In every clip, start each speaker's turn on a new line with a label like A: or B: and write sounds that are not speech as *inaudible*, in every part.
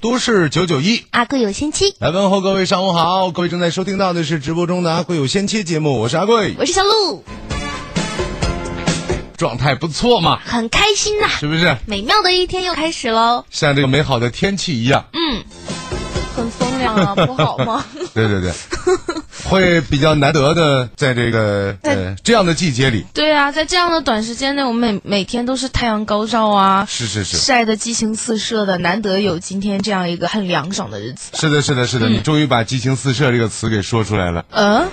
A: 都市九九一。
B: 阿贵有仙妻，
A: 来问候各位上午好，各位正在收听到的是直播中的《阿贵有仙妻》节目，我是阿贵，
B: 我是小鹿，
A: 状态不错嘛，
B: 很开心
C: 啊
B: 呐、
A: 是不是？
B: 美妙的一天又开始喽，
A: 像这个美好的天气一
C: 嗯
A: 样，
B: 很风凉
C: *laughs*
B: 啊，不好吗？
A: 对对对，会比较难得的，在这个呃这样的季节里，
C: 对啊，在这样的短时间内，我们每每天都是太阳高照啊，
A: 是是是，
C: 晒得激情四射的，难得有今天这样一个很凉爽的日子。
A: 是的，是的，是的，你终于把“激情四射”这个词给说出来了。
B: *laughs*
C: 嗯、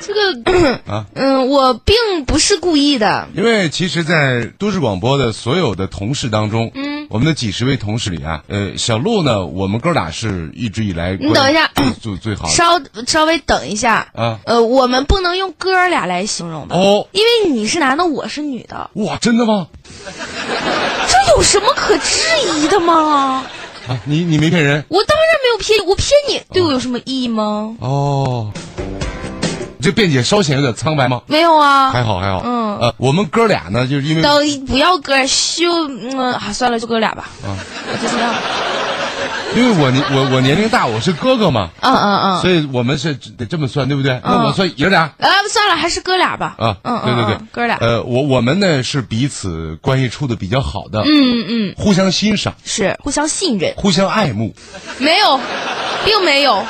C: 这个，
A: 啊
C: 嗯，我并不是故意
B: 啊
C: 的。
A: 因为其实，在都市广播的所有的同事当中，嗯，我们的几十位同事里啊，呃，小鹿呢，我们哥俩是一直以来
C: 你等一下
A: 关系最最最好的
C: 稍稍微等一下，
A: 啊
C: 呃，我们不能用哥俩来形容吧，
A: 哦，
C: 因为你是男的，我是女的，
A: 哇，真的吗？
C: 这有什么可质疑的吗？
A: 啊，你你没骗人
C: 我当然没有偏，我偏你对我有什么意义吗？
A: 哦，这辩解稍显有点苍白吗？
C: 没有啊，
A: 还好还好，
C: 嗯
A: 呃，我们哥俩呢，就是因为
C: 等不要哥修，嗯啊，算了，就哥俩吧。嗯，就这样。
A: 因为我年我我年龄大，我是哥哥嘛，
C: 嗯嗯嗯。
A: 所以我们是得这么算，对不对？那我算爷俩。
C: 啊，算了，还是哥俩吧。
A: 啊，
C: 嗯
A: 对
C: 嗯，
A: 对对
C: 嗯，哥俩。
A: 呃，我我们呢是彼此关系处的比较好的，嗯嗯，互相欣赏，
C: 是互相信任，
A: 互相爱慕，
C: 没有，并没有，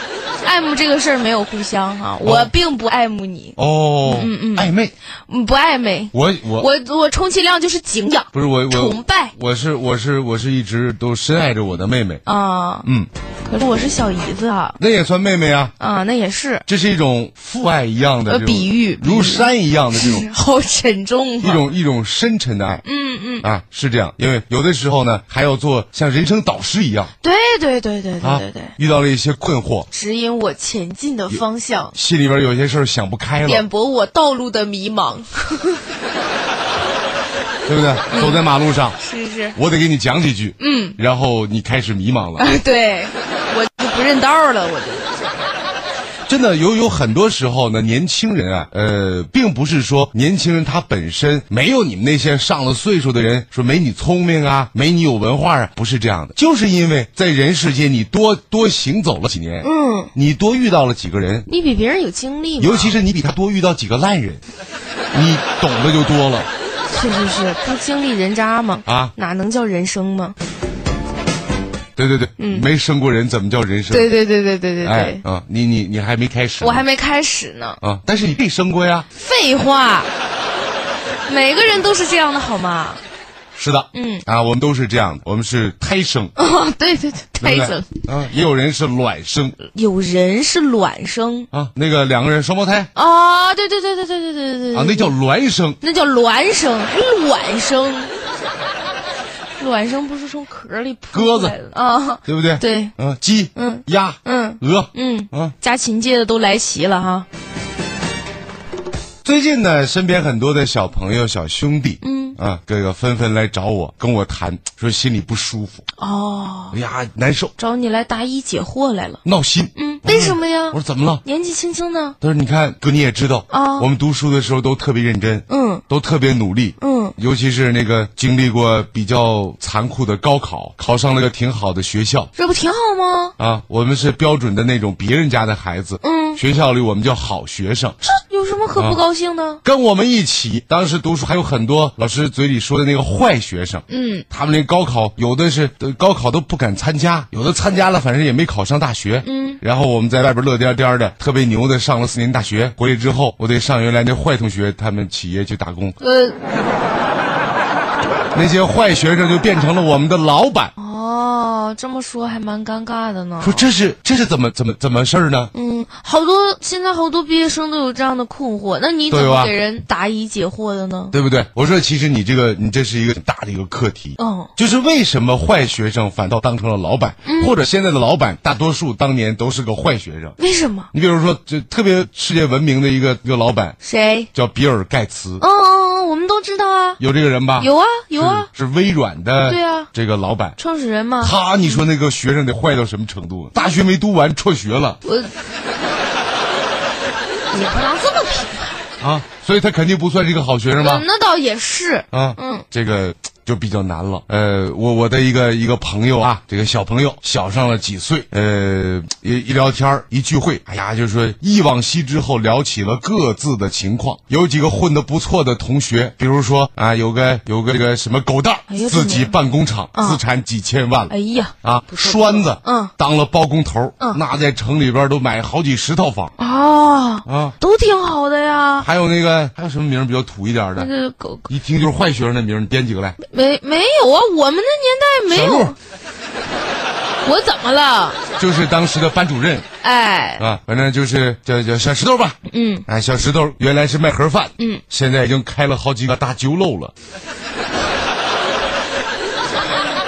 C: 爱慕这个事儿没有互相哈、我并不爱慕你，
A: 哦，嗯嗯，暧昧，
C: 嗯不暧昧，
A: 我我
C: 我我充其量就是敬仰
A: 不是我我
C: 崇拜
A: 我是我是我是一直都深爱着我的妹妹，
C: 啊。
A: 嗯，
C: 可是我是小姨子啊，
A: 那也算妹妹啊，
C: 啊，那也是，
A: 这是一种父爱一样的
C: 呃
A: 这种
C: 比喻比喻
A: 如山一样的这种
C: *laughs* 好沉重
A: 一
C: 啊。
A: 种一种深沉的爱，嗯嗯啊，是这样，因为有的时候呢，还要做像人生导师一样
C: 对对对对对
A: 啊
C: 对对，，
A: 遇到了一些困惑，
C: 指引我前进的方向。
A: 心里边有些事儿想不开了，
C: 点拨我道路的迷茫，
A: 对不对？
C: *laughs*
A: 走在马路上，
C: *laughs* 是不是？
A: 我得给你讲几句，嗯，然后你开始迷茫了。
C: *laughs* 啊，对，我就不认道了，我就
A: 真的有有很多时候呢，年轻人啊，呃，并不是说年轻人他本身没有你们那些上了岁数的人说没你聪明啊，没你有文化啊，不是这样的，就是因为在人世间你多多行走了几年，嗯，你多遇到了几个人，
C: 你比别人有经历嘛，
A: 尤其是你比他多遇到几个烂人，你懂得就多了。
C: 是是是，不经历人渣嘛，
A: 啊
C: 哪能叫人生嘛？
A: 对对对，没生过人怎么叫人生？
C: 嗯对对对对对对
A: 哎
C: 对，
A: 啊，你你你还没开始呢，
C: 我还没开始呢，
A: 啊，但是你被生过呀。
C: 废话，每个人都是这样的好吗？
A: 是的，嗯啊，我们都是这样的，我们是胎生，
C: 哦，对对对，
A: 对
C: 胎
A: 不对
C: 生，
A: 啊，也有人是卵生
C: 有人是卵生
A: 啊，那个两个人双胞胎
C: 啊，对对对对对对对对对
A: 啊，那叫孪生，
C: 那叫孪生，还卵生。卵生不是从壳里
A: 鸽
C: 扑
A: 子
C: 出来的啊？
A: 对不对？
C: 对
A: 啊，鸡，
C: 嗯，
A: 鸭，
C: 嗯
A: 鹅，
C: 嗯
A: 啊。
C: 家禽界的都来齐了哈。
A: 最近呢，身边很多的小朋友、小兄弟，嗯啊，这个纷纷来找我，跟我谈，说心里不舒服，
C: 哦，
A: 哎呀，难受，
C: 找你来答疑解惑来了。
A: 闹心。
C: 嗯，为什么呀
A: 我？说怎么了？
C: 年纪轻轻的，
A: 他说：“你看，哥，你也知道
C: 啊
A: 我们读书的时候都特别认真，
C: 嗯，
A: 都特别努力，
C: 嗯，
A: 尤其是那个经历过比较残酷的高考，考上了个挺好的学校
C: 这不挺好吗？
A: 啊。我们是标准的那种别人家的孩子，
C: 嗯
A: 学校里我们叫好学生。
C: 啊有什么可
A: 啊
C: 不高兴的？
A: 跟我们一起，当时读书还有很多老师嘴里说的那个坏学生，嗯，他们连高考有的是呃高考都不敢参加，有的参加了反正也没考上大学，嗯，然后我们在外边乐颠颠的，特别牛的上了四年大学，回来之后我得上原来那坏同学他们企业去打工，嗯
C: 呃，
A: 那些坏学生就变成了我们的老板，
C: 哦，这么说还蛮尴尬的呢
A: 说。这是这是怎么怎么怎么事儿呢？
C: 嗯，好多现在好多毕业生都有这样的困惑，那你怎
A: 都有啊
C: 么给人答疑解惑的呢？
A: 对不对？我说其实你这个你这是一个很大的一个课题，
C: 嗯，
A: 就是为什么坏学生反倒当成了老板，或者现在的老板大多数当年都是个坏学生。
C: 为什么？
A: 你比如说，这特别世界闻名的一个一个老板
C: 谁？
A: 叫比尔盖茨，
C: 嗯嗯嗯，我们都知道啊，
A: 有这个人吧？
C: 有啊有啊，
A: 是，是微软的
C: 对啊
A: 这个老板。
C: 创始人嘛。
A: 他，你说那个学生得坏到什么程度？大学没读完，辍学了
C: 我，你不能这么评。
A: 啊！所以他肯定不算是一个好学生吧？
C: 嗯，那倒也是。
A: 啊，
C: 嗯，
A: 这个就就比较难了。呃，我我的一个一个朋友啊，这个小朋友小上了几岁，呃，一一聊天儿一聚会，哎呀，就说忆往昔之后，聊起了各自的情况。有几个混得不错的同学，比如说啊，有个有个这个什么狗蛋儿，
C: 哎呀
A: 自
C: 这
A: 己
C: 么
A: 办工厂，
C: 啊
A: 资产几千万了。
C: 哎呀，
A: 啊，栓子，
C: 嗯，
A: 当了包工头，
C: 嗯
A: 那在城里边都买好几十套房
C: 哦，
A: 啊。
C: 都挺好的呀。
A: 还有那个，还有什么名儿比较土一点
C: 那
A: 的？
C: 个狗狗
A: 一听就是坏学生的名儿，你编几个来？
C: 没没有啊？我们那年代没
A: 小
C: 有
A: 鹿。
C: 我怎么了？ *laughs*
A: 就是当时的班主任
C: 哎，
A: 啊，反正就是叫叫小石头吧。
C: 嗯，
A: 哎，小石头原来是卖盒饭，
C: 嗯，
A: 现在已经开了好几个大酒楼了。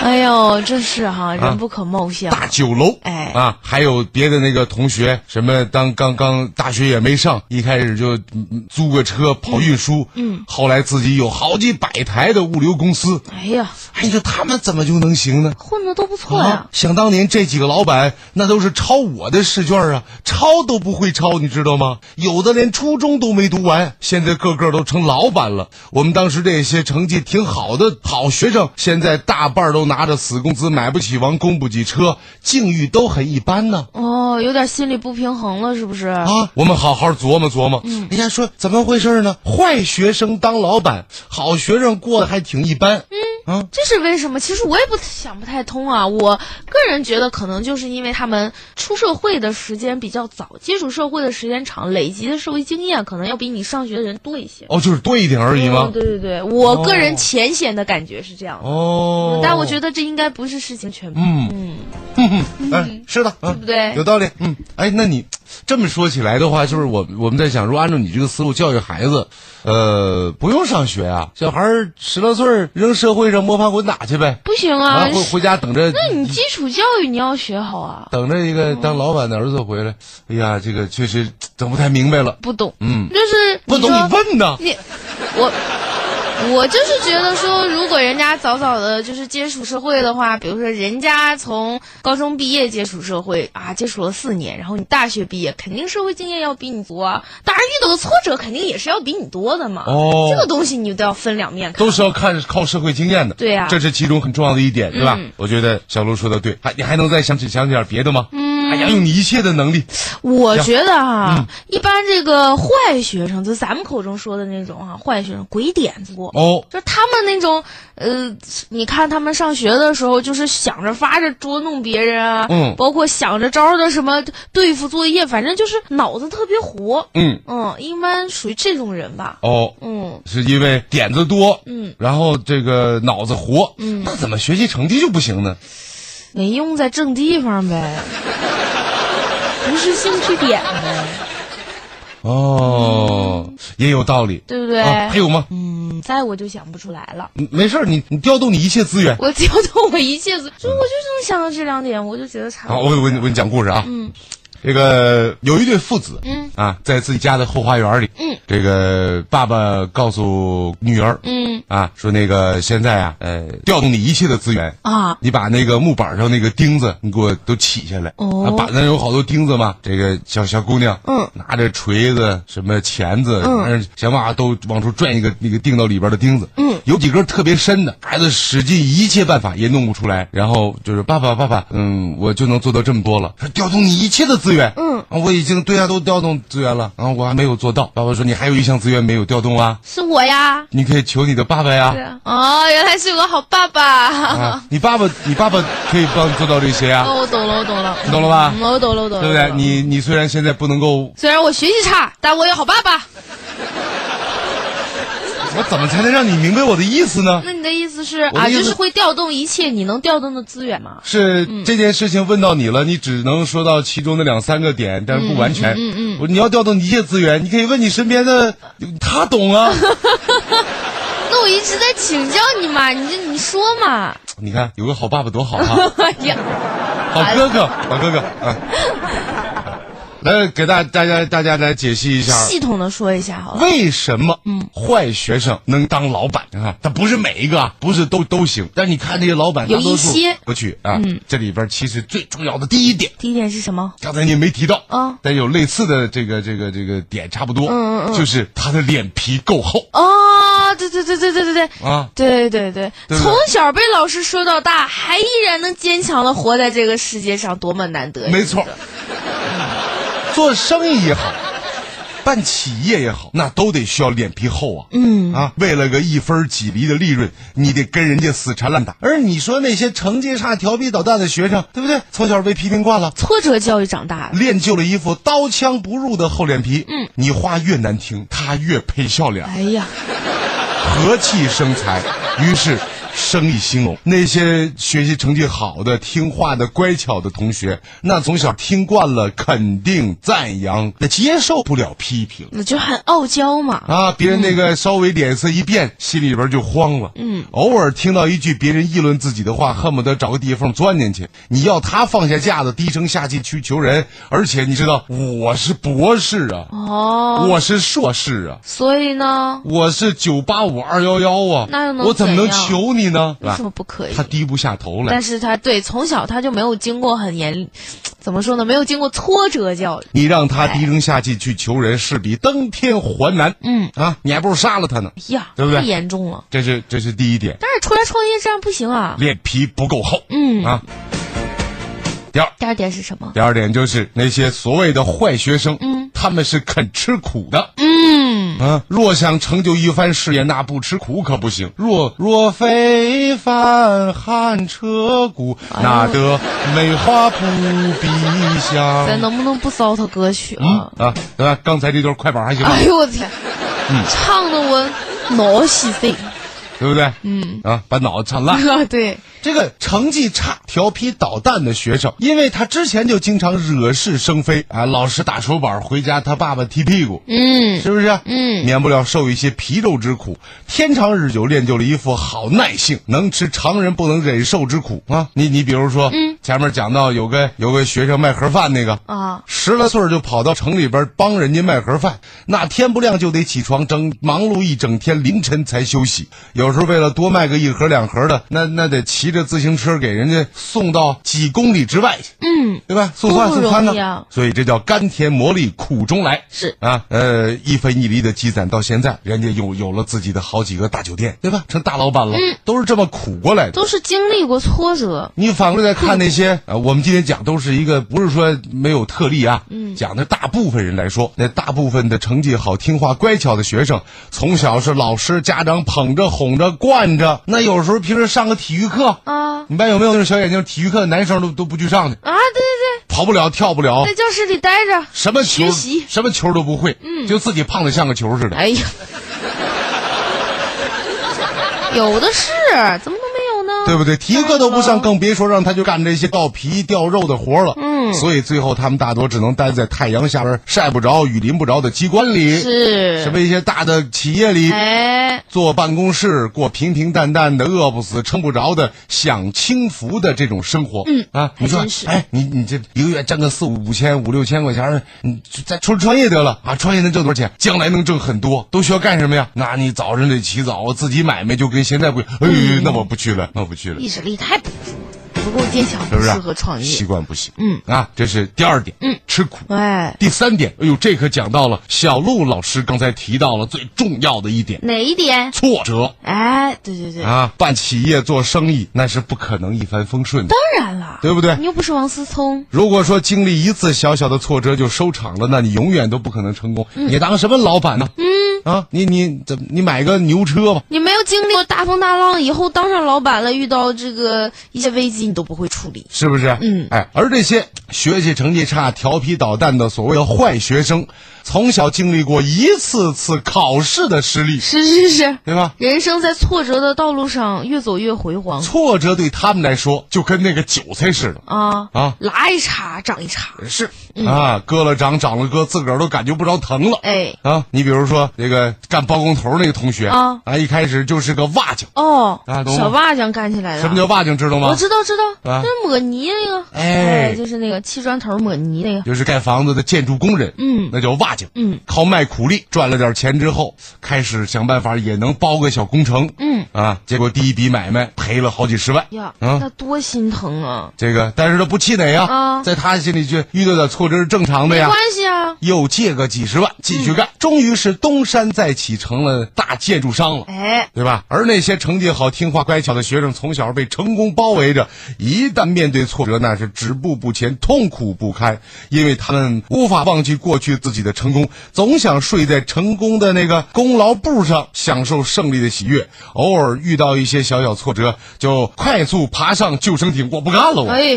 C: 哎呦，真是哈、人不可貌相。
A: 大酒楼，
C: 哎
A: 啊，还有别的那个同学，什么当刚刚大学也没上，一开始就嗯嗯租个车跑运输，嗯，后来自己有好几百台的物流公司，
C: 哎呀，
A: 哎，你说他们怎么就能行呢？
C: 混的都不错呀、
A: 啊想当年这几个老板那都是抄我的试卷啊，抄都不会抄，你知道吗？有的连初中都没读完，现在个个都成老板了。我们当时这些成绩挺好的好学生，现在大半都拿着死工资，买不起房，供不起车，境遇都很一般呢。
C: 哦，有点心理不平衡了，是不是？
A: 啊，我们好好琢磨琢磨。
C: 嗯
A: 人家说怎么回事呢？坏学生当老板，好学生过得还挺一般。嗯啊，
C: 这是为什么？其实我也不想不太通啊。我个人觉得，可能就是因为他们出社会的时间比较早，接触社会的时间长，累积的社会经验可能要比你上学的人多一些。
A: 哦，就是多一点而已吗
C: 嗯？对对对，我个人浅显的感觉是这样的，
A: 哦，
C: 但我觉得这应该不是事情全部。
A: 哎，
C: 嗯
A: 是的，对
C: 不对
A: 有道理。嗯，哎，那你这么说起来的话，就是我我们在想，如果按照你这个思路教育孩子，呃，不用上学啊，小孩儿十来岁儿扔社会上摸爬滚打去呗，
C: 不行啊
A: 完，了回回家等着，
C: 那你基础教育你要学好啊，
A: 等着一个当老板的儿子回来。哎呀，这个确实整不太明白了。
C: 不懂，
A: 嗯，
C: 就是
A: 不懂
C: 你说
A: 你问呐。
C: 你，我。我就是觉得说，如果人家早早的就是接触社会的话，比如说人家从高中毕业接触社会啊，接触了四年，然后你大学毕业，肯定社会经验要比你多啊。当然，遇到的挫折肯定也是要比你多的嘛。
A: 哦
C: 这个东西你都要分两面看。
A: 都是要看靠社会经验的，
C: 对呀嗯
A: 这是其中很重要的一点，对吧？我觉得小卢说的对，还你还能再想起想起点别的吗？嗯，哎呀，用你一切的能力，
C: 我觉得啊，
A: 嗯
C: 一般这个坏学生，就咱们口中说的那种啊，坏学生鬼点子多。
A: 哦，
C: 就是他们那种，呃，你看他们上学的时候，就是想着法儿着捉弄别人啊，
A: 嗯
C: 包括想着招儿的什么对付作业，反正就是脑子特别活，
A: 嗯，
C: 嗯，一般属于这种人吧，
A: 哦，
C: 嗯，
A: 是因为点子多，嗯，然后这个脑子活，嗯，那怎么学习成绩就不行呢？
C: 没用在正地方呗， *laughs* 不是兴趣点呗，
A: 哦，也有道理，
C: 对不嗯对？
A: 啊，还有吗？
C: 嗯，再我就想不出来了。
A: 嗯没事儿，你你调动你一切资源。
C: 我调动我一切，所以我就能想到这两点，我就觉得差不
A: 好，
C: 多。
A: 我我我给你讲故事啊。嗯。这个有一对父子，
C: 嗯
A: 啊，在自己家的后花园里，
C: 嗯，
A: 这个爸爸告诉女儿，
C: 嗯
A: 啊，说那个现在啊，呃，调动你一切的资源，
C: 啊，
A: 你把那个木板上那个钉子，你给我都起下来。
C: 哦
A: 啊板上有好多钉子嘛。这个小小姑娘，
C: 嗯，
A: 拿着锤子、什么钳子，
C: 嗯
A: 反正想办法都往出转一个那个钉到里边的钉子。
C: 嗯，
A: 有几根特别深的，孩子使尽一切办法也弄不出来。然后就是爸爸，爸爸，嗯，我就能做到这么多了。说调动你一切的资源，
C: 嗯
A: 啊，我已经对啊都调动资源了，然后我还没有做到。爸爸说你还有一项资源没有调动啊，
C: 是我呀，
A: 你可以求你的爸爸呀。
C: 对啊，哦，原来是有个好爸爸。
A: 啊，你爸爸，你爸爸可以帮你做到这些啊。
C: 哦，我懂了，我懂了，
A: 你懂了吧
C: 嗯我懂了，我懂了，
A: 对不
C: 我
A: 对？
C: 懂了
A: 你你虽然现在不能够，
C: 虽然我学习差，但我有好爸爸。
A: 我怎么才能让你明白我的意思呢？
C: 那你的意思是
A: 的
C: 啊，
A: 意思
C: 就是会调动一切你能调动的资源吗？
A: 是这件事情问到你了，你只能说到其中的两三个点，但是不完全。嗯嗯，我你要调动一切资源，你可以问你身边的，他懂 *laughs* 啊。
C: 那我一直在请教你嘛，你就你说
A: *laughs*
C: 嘛。
A: 你看有个好爸爸多好啊，
C: 哎呀，
A: *laughs* 好哥哥，好哥哥啊。嗯来给大大家大家来解析一下。
C: 系统的说一下好了。
A: 为什么
C: 嗯
A: 坏学生能当老板啊？他不是每一个啊，不是都都行。但你看这些老板，
C: 有
A: 大多数
C: 一些嗯
A: 不去啊。这里边其实最重要的第一点，
C: 第一点是什么？
A: 刚才您没提到
C: 啊，
A: 但有类似的这个这个这个点差不多，
C: 嗯嗯嗯
A: 就是他的脸皮够厚
C: 哦，对对对对对对对。
A: 啊。
C: 对对对，
A: 对
C: 从小被老师说到大，还依然能坚强的活在这个世界上，多么难得呀！
A: 没错，做生意也好，办企业也好，那都得需要脸皮厚啊。嗯啊，为了个一分几厘的利润，你得跟人家死缠烂打。而你说那些成绩差、调皮捣蛋的学生，对不对？从小被批评惯了。
C: 挫折教育长大的，
A: 练就了一副刀枪不入的厚脸皮，嗯，你话越难听，他越配笑脸。
C: 哎呀，
A: 和气生财，于是生意兴隆。那些学习成绩好的、听话的、乖巧的同学，那从小听惯了肯定、赞扬，那接受不了批评。
C: 那就很傲娇嘛。
A: 啊，别人那个稍微脸色一变，心里边就慌了。嗯，偶尔听到一句别人议论自己的话，恨不得找个地缝钻进去。你要他放下架子，低声下气去求人，而且你知道，我是博士啊，
C: 哦，
A: 我是硕士啊，
C: 所以呢，
A: 我是九八五二幺幺啊，
C: 那又能
A: 我怎么能
C: 怎样
A: 求你呢？
C: 为什么不可以
A: 他？低不下头来
C: 但。是他对从小他就没有经过很严，怎么说呢？没有经过挫折教育。
A: 你让他低声下气去求人，是比登天还难。嗯啊，你还不如杀了他呢。
C: 哎呀，
A: 对不对
C: 太严重了。
A: 这是这是第一点，
C: 但是出来创业这样不行啊。
A: 脸皮不够厚。嗯啊。第二，
C: 第二点是什么？
A: 第二点就是那些所谓的坏学生，嗯，他们是肯吃苦的。
C: 嗯，
A: 啊，若想成就一番事业，那不吃苦可不行。若若非凡汗车骨，
C: 哎
A: 哪得梅花扑鼻香？
C: 咱能不能不糟蹋歌曲
A: 嗯
C: 了？
A: 啊，对吧？刚才这段快板还行吧？
C: 哎呦我的天，
A: 嗯
C: 唱的我脑细碎。
A: 对不对？嗯啊，把脑子
C: *laughs*
A: 唱烂。
C: 啊，
A: *laughs*
C: 对，
A: 这个成绩差、调皮捣蛋的学生，因为他之前就经常惹是生非啊，老师打手板，回家他爸爸踢屁股，
C: 嗯，
A: 是不是？嗯，免不了受一些皮肉之苦。天长日久，练就了一副好耐性，能吃常人不能忍受之苦啊。你你比如说，嗯，前面讲到有个有个学生卖盒饭那个
C: 啊，
A: 十来岁儿就跑到城里边儿帮人家卖盒饭，那天不亮就得起床整忙碌一整天，凌晨才休息。有时候为了多卖个一盒两盒的，那那得骑着自行车给人家送到几公里之外去，嗯，对吧？送饭
C: 多不
A: 送餐
C: 容易啊
A: 呢，所以这叫甘甜磨砺苦中来。
C: 是
A: 啊，呃，一分一厘的积攒到现在，人家有有了自己的好几个大酒店，对吧？成大老板了，都是这么苦过来的。
C: 嗯都是经历过挫折。
A: 你反过来再看那些，呃，我们今天讲都是一个，不是说没有特例啊，嗯，讲的大部分人来说，那大部分的成绩好、听话、乖巧的学生，从小是老师、家长捧着、哄着、惯着，那有时候平时上个体育课
C: 啊，
A: 你们班有没有那种小眼睛体育课的男生都都不去上去，
C: 啊，对对对，
A: 跑不了、跳不了
C: 在，教室里待着。
A: 什么球
C: 学习
A: 什么球都不会，嗯，就自己胖的像个球似的。*laughs*
C: 哎呀，有的是，怎么能没有呢？
A: 对不对？体育课都不上，更别说让他去干这些掉皮掉肉的活了。嗯，所以最后他们大多只能待在太阳下边晒不着、雨淋不着的机关里，什
C: 是，
A: 么一些大的企业里。
C: 哎，
A: 坐办公室过平平淡淡的、饿不死、撑不着的、享清福的这种生活，嗯啊，你说
C: 还真，是
A: 哎，你你这一个月挣个四五五千、五六千块钱儿，你就再出去创业得了啊，创业能挣多少钱？将来能挣很多，都需要干什么呀？那你早晨得起早，自己买卖就跟现在不一样，哎，
C: 嗯
A: 那我不去了，那我不去了。
C: 意志力太不足，不够坚强，
A: 是不是啊
C: 适合创
A: 习
C: 业。
A: 惯不行。嗯啊，这是第二点。嗯，吃苦。
C: 哎，
A: 第三点，哎呦，这可讲到了小鹿老师刚才提到了最重要的一点，
C: 哪一点？
A: 挫折
C: 哎，对对对，当 *laughs*
A: 啊，办企业做生意那是不可能一帆风顺的，
C: 然了，
A: 对不对
C: 你？又不是王思聪，
A: 如果说经历一次小小的挫折就收场了，那你永远都不可能成功。
C: 嗯
A: 你当什么老板呢？嗯啊，你你怎么你买个牛车吧？
C: 你没有经历过大风大浪，以后当上老板了，遇到这个一些危机，你都不会处理。
A: 是不是？
C: 嗯，
A: 哎，而这些学习成绩差、调皮捣蛋的所谓的坏学生，从小经历过一次次考试的失利，
C: 是是是，
A: 对吧？
C: 人生在挫折的道路上越走越辉煌
A: 挫折对他们来说就跟那个韭菜似的
C: 啊，
A: 啊，
C: 拉一茬长一茬，
A: 是
C: 嗯
A: 啊，割了长，长了割，自个儿都感觉不着疼了。
C: 哎，
A: 啊，你比如说那个干包工头那个同学
C: 啊
A: 一开始就是个瓦匠，
C: 哦，
A: 啊懂吗
C: 小蚂匠干起来的。
A: 什么叫瓦匠知道
C: 哎我
A: 吗？
C: 知道知道，
A: 啊
C: 就是抹泥那个，
A: 哎
C: 就是那个砌砖头抹泥那个，
A: 就是盖房子的建筑工人，
C: 嗯
A: 那叫瓦匠，
C: 嗯，
A: 靠卖苦力赚了点钱之后，开始想办法也能包个小工程，
C: 嗯，
A: 啊，结果第一笔买卖赔了好几十万，
C: 呀，
A: 啊
C: 那多心疼啊！
A: 这个，但是他不气馁啊，
C: 啊
A: 在他心里就遇到点挫折是正常的呀
C: 没。关嗯系啊，
A: 又借个几十万继续干，终于是东山再起，成了大建筑商了。
C: 哎，
A: 对吧？而那些成绩好、听话、乖巧的学生，从小被成功包围着，一旦面对挫折，那是止步不前，痛苦不堪，因为他们无法忘记过去自己的成功，总想睡在成功的那个功劳簿上，享受胜利的喜悦。偶尔遇到一些小小挫折，就快速爬上救生艇，我不干了我，
C: 哎，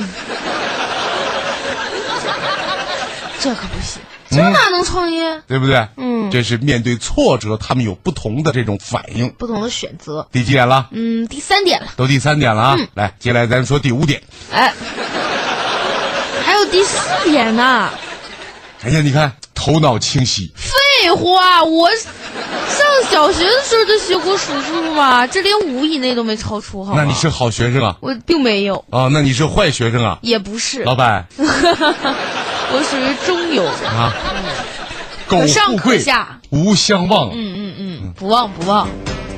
C: 这可不行，这
A: 嗯
C: 哪能创业？
A: 对不对？
C: 嗯
A: 这是面对挫折，他们有不同的这种反应。
C: 不同的选择。
A: 第几点了？
C: 嗯，第三点了，
A: 都第三点了啊！
C: 嗯
A: 来，接下来咱说第五点。
C: 哎，还有第四点呢。
A: 哎呀，你看，头脑清晰。
C: 废话，我上小学的时候就学过数数嘛，这连五以内都没超出，好吗？
A: 那你是好学生啊？
C: 我并没有，
A: 啊，那你是坏学生啊？
C: 也不是，
A: 老板
C: 我属于中游，
A: 啊，苟
C: 上
A: 富
C: 可
A: 贵
C: 下
A: 无相忘，啊
C: 嗯
A: 嗯
C: 不忘不忘，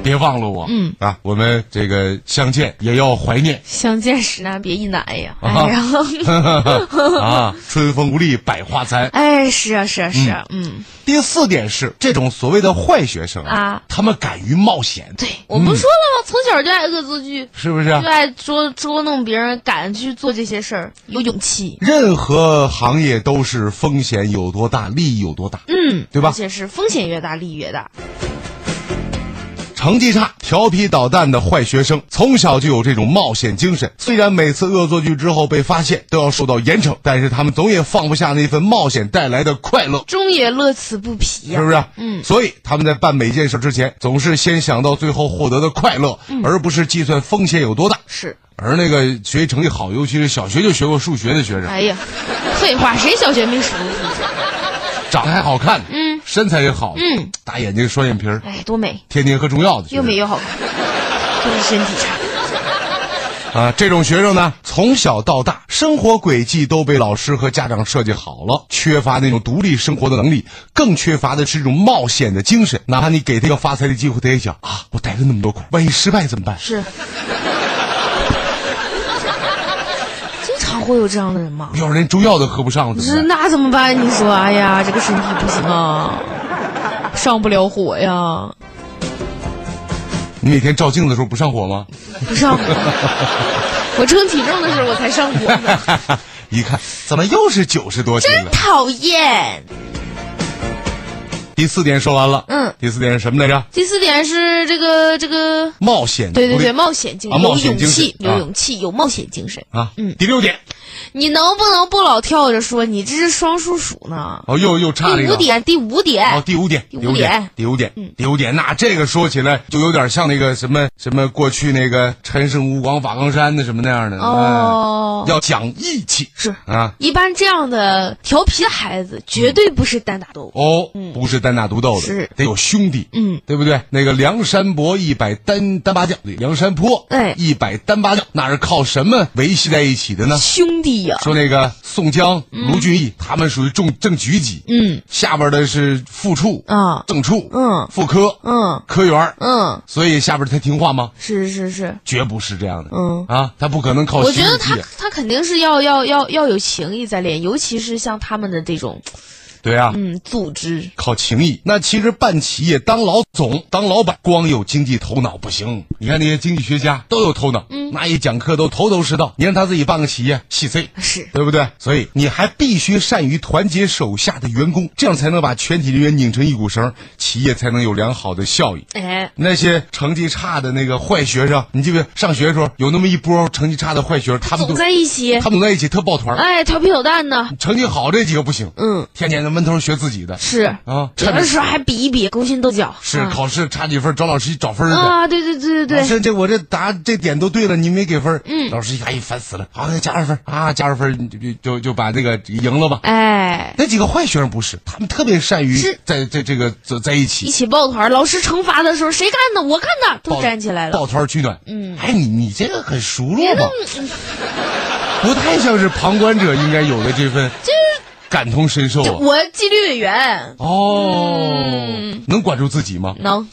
A: 别忘了我。
C: 嗯
A: 啊，我们这个相见也要怀念
C: 相见时难别亦难呀。
A: 啊
C: 哎呀，
A: *laughs* 啊。春风无力百花残。
C: 哎，是啊是啊是啊，嗯，
A: 第四点是，这种所谓的坏学生
C: 啊
A: 他们敢于冒险，
C: 对，我不是说了吗？从小就爱恶作剧，
A: 是不是嗯啊
C: 就？爱捉捉弄别人，敢去做这些事儿，有勇气。
A: 任何行业都是风险有多大，利益有多大，
C: 嗯，
A: 对吧
C: 而？且是风险越大，利越大。
A: 成绩差、调皮捣蛋的坏学生，从小就有这种冒险精神。虽然每次恶作剧之后被发现都要受到严惩，但是他们总也放不下那份冒险带来的快乐。
C: 终也乐此不疲呀、
A: 是不是？嗯，所以他们在办每件事之前，总是先想到最后获得的快乐，
C: 嗯
A: 而不是计算风险有多大。
C: 是，
A: 而那个学习成绩好，尤其是小学就学过数学的学生，
C: 哎呀，废话，谁小学没数过数学？
A: 长得还好看，嗯，身材也好，
C: 嗯，
A: 大眼睛、双眼皮儿，
C: 哎，多美，
A: 天天喝中药的学
C: 又
A: 生，
C: 美又好看，就是身体差。
A: 啊，这种学生呢，从小到大，生活轨迹都被老师和家长设计好了，缺乏那种独立生活的能力，更缺乏的是一种冒险的精神。哪怕你给他一个发财的机会，他也想啊，我带了那么多款，万一失败怎么办？
C: 是，经常会有这样的人吗？
A: 要是连中药都喝不上了怎么
C: 这
A: 办？
C: 那怎么办？你说，哎呀，这个身体不行啊，上不了火呀，
A: 你每天照镜子的时候不上火吗？ *laughs*
C: 不上火。我称体重的时候我才上火呢，
A: 一看，怎么又是九十多斤了？
C: 讨厌。
A: 第四点说完了，
C: 嗯，
A: 第四点是什么来着？
C: 第四点是这个这个，
A: 冒险
C: 对对
A: 独立
C: 对，冒险精
A: 啊
C: 神，
A: 冒
C: 有
A: 险
C: 勇
A: 精神
C: 气，有
A: 啊
C: 勇气，有冒险精神。
A: 啊，第六点，
C: 你能不能不老跳着说你这是双数数呢？
A: 哦，又又差了一
C: 第
A: 个
C: 五。点，第五点，
A: 哦，第五点，
C: 哎第五
A: 五点
C: 点，嗯
A: 第五点，第五点，那这个说起来就有点像那个什么什么过去那个陈胜吴广法冈山的什么那样的
C: 哦
A: 哎要讲义气
C: 是
A: 啊。
C: 一般这样的调皮的孩子，绝对不是单打独斗。
A: 哦，不是单打独斗的，
C: 嗯是
A: 得有兄弟，
C: 嗯，
A: 对不对？那个梁山伯一百单单八将，对梁山坡，
C: 哎
A: 一百单八将，那是靠什么维系在一起的呢？
C: 兄弟呀、
A: 说那个宋江、卢俊义，他们属于重正局级，
C: 嗯，
A: 下边的是副处
C: 啊
A: 正处，
C: 嗯
A: 副科，
C: 嗯
A: 科员，
C: 嗯，
A: 所以下边他听话吗？
C: 是是是，
A: 绝不是这样的。
C: 嗯
A: 啊，他不可能靠
C: 我
A: 心
C: 觉
A: 理
C: 得
A: 计
C: 他他肯定是要要要要有情谊在里面，尤其是像他们的这种
A: 对啊。
C: 嗯组织，
A: 靠情谊，那其实办企业当老总、当老板，光有经济头脑不行。你看那些经济学家都有头脑，
C: 嗯
A: 那一讲课都头头是道。你让他自己办个企业，细碎，
C: 是
A: 对不对？所以你还必须善于团结手下的员工，这样才能把全体人员拧成一股绳，企业才能有良好的效益。
C: 哎
A: 那些成绩差的那个坏学生，你记不记得上学的时候有那么一波成绩差的坏学生，他们都
C: 总在一起
A: 他，们在一起特抱团儿，
C: 哎调皮捣蛋呢，
A: 成绩好这几个不行，
C: 啊嗯，
A: 天天人闷头学自己的
C: 是，
A: 啊，
C: 有
A: 差
C: 的
A: 点
C: 时候还比一比，勾心斗角。
A: 是
C: 啊
A: 考试差几分找老师一找分儿去。
C: 啊，对对对对
A: 老
C: 对，
A: 师，这我这答这点都对了，你没给分。嗯，老师一看，哎，烦死了，好，再加二分啊，加二分就就就把这个赢了吧。
C: 哎，
A: 那几个坏学生不是，他们特别善于
C: 是
A: 在在这个在在一
C: 一
A: 起
C: 起抱团儿，老师惩罚的时候，谁干的？我干的，
A: 抱
C: 都站起来了。
A: 抱团取暖。嗯，哎，你你这个很熟络嘛，
C: 嗯
A: 不太像是旁观者应该有的这份感同身受啊。
C: 我纪律委员
A: 哦，能管住自己吗？
C: 能，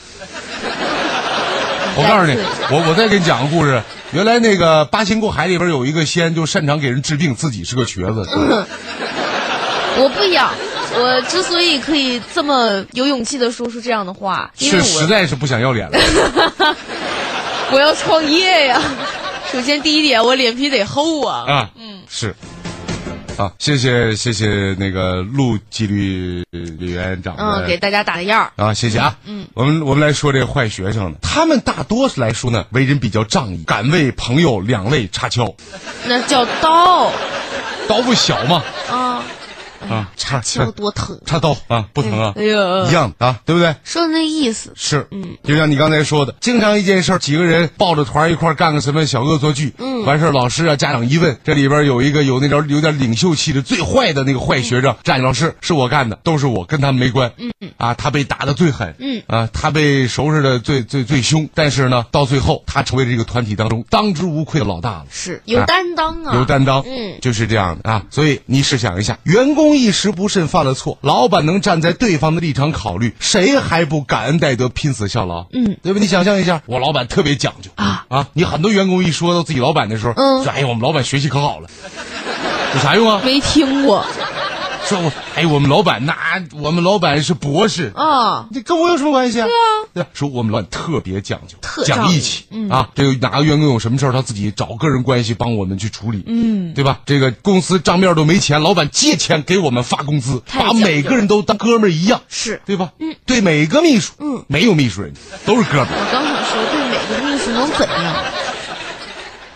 A: 我告诉你
C: 再次，
A: 我我再给你讲个故事。原来那个《八仙过海》里边有一个仙，就擅长给人治病，自己是个瘸子。
C: 嗯我不养。我之所以可以这么有勇气的说出这样的话，因为
A: 是实
C: 我
A: 在是不想要脸了。
C: 我要创业呀。首先第一点，我脸皮得厚啊。
A: 啊，嗯，是。啊，谢谢谢谢那个陆纪律委员长
C: 嗯，给
A: 的、
C: 大家打个样儿。
A: 啊，谢谢啊。嗯，我们我们来说这个坏学生呢，他们大多来说呢，为人比较仗义，敢为朋友两肋插刀，
C: 那叫刀
A: 刀不小嘛
C: 啊，
A: 啊，插
C: 这
A: 插
C: 多疼。
A: 插刀啊，不疼啊，
C: 哎呦
A: 一，样的啊，对不对？
C: 说的那意思，
A: 是，嗯，就像你刚才说的，经常一件事儿，几个人抱着团儿一块儿干个什么小恶作剧，嗯，完事儿老师啊家长一问，这里边有一个有那点有点领袖气质最坏的那个坏学生，站起来老师是我干的，都是我，跟他们没关，嗯，啊，他被打的最狠，嗯，啊，他被收拾的最最最凶，但是呢，到最后他成为这个团体当中当之无愧的老大了。
C: 是有担当啊，
A: 有担当，
C: 嗯，
A: 就是这样的啊。所以你试想一下，员工一时不慎犯了错，老板能站在对方的立场考虑，谁还不感恩戴德、拼死效劳？嗯，对吧？你想象一下，我老板特别讲究啊啊！你很多员工一说到自己老板的时候，
C: 嗯
A: 说哎呀，我们老板学习可好了，有啥用啊？
C: 没听过
A: 说我哎，我们老板那我们老板是博士，
C: 啊，
A: 这跟我有什么关系啊？对啊，说我们老板特别讲究，
C: 特
A: 讲义气、啊。这个哪个员工有什么事儿，他自己找个人关系帮我们去处理，嗯，对吧？这个公司账面都没钱，老板借钱给我们发工资，
C: 太
A: 把
C: 讲究
A: 每个人都当哥们儿一样，
C: 是
A: 对吧？嗯，对每个秘书，嗯，没有秘书人，都是哥们儿
C: 我刚想说对每个秘书能怎样？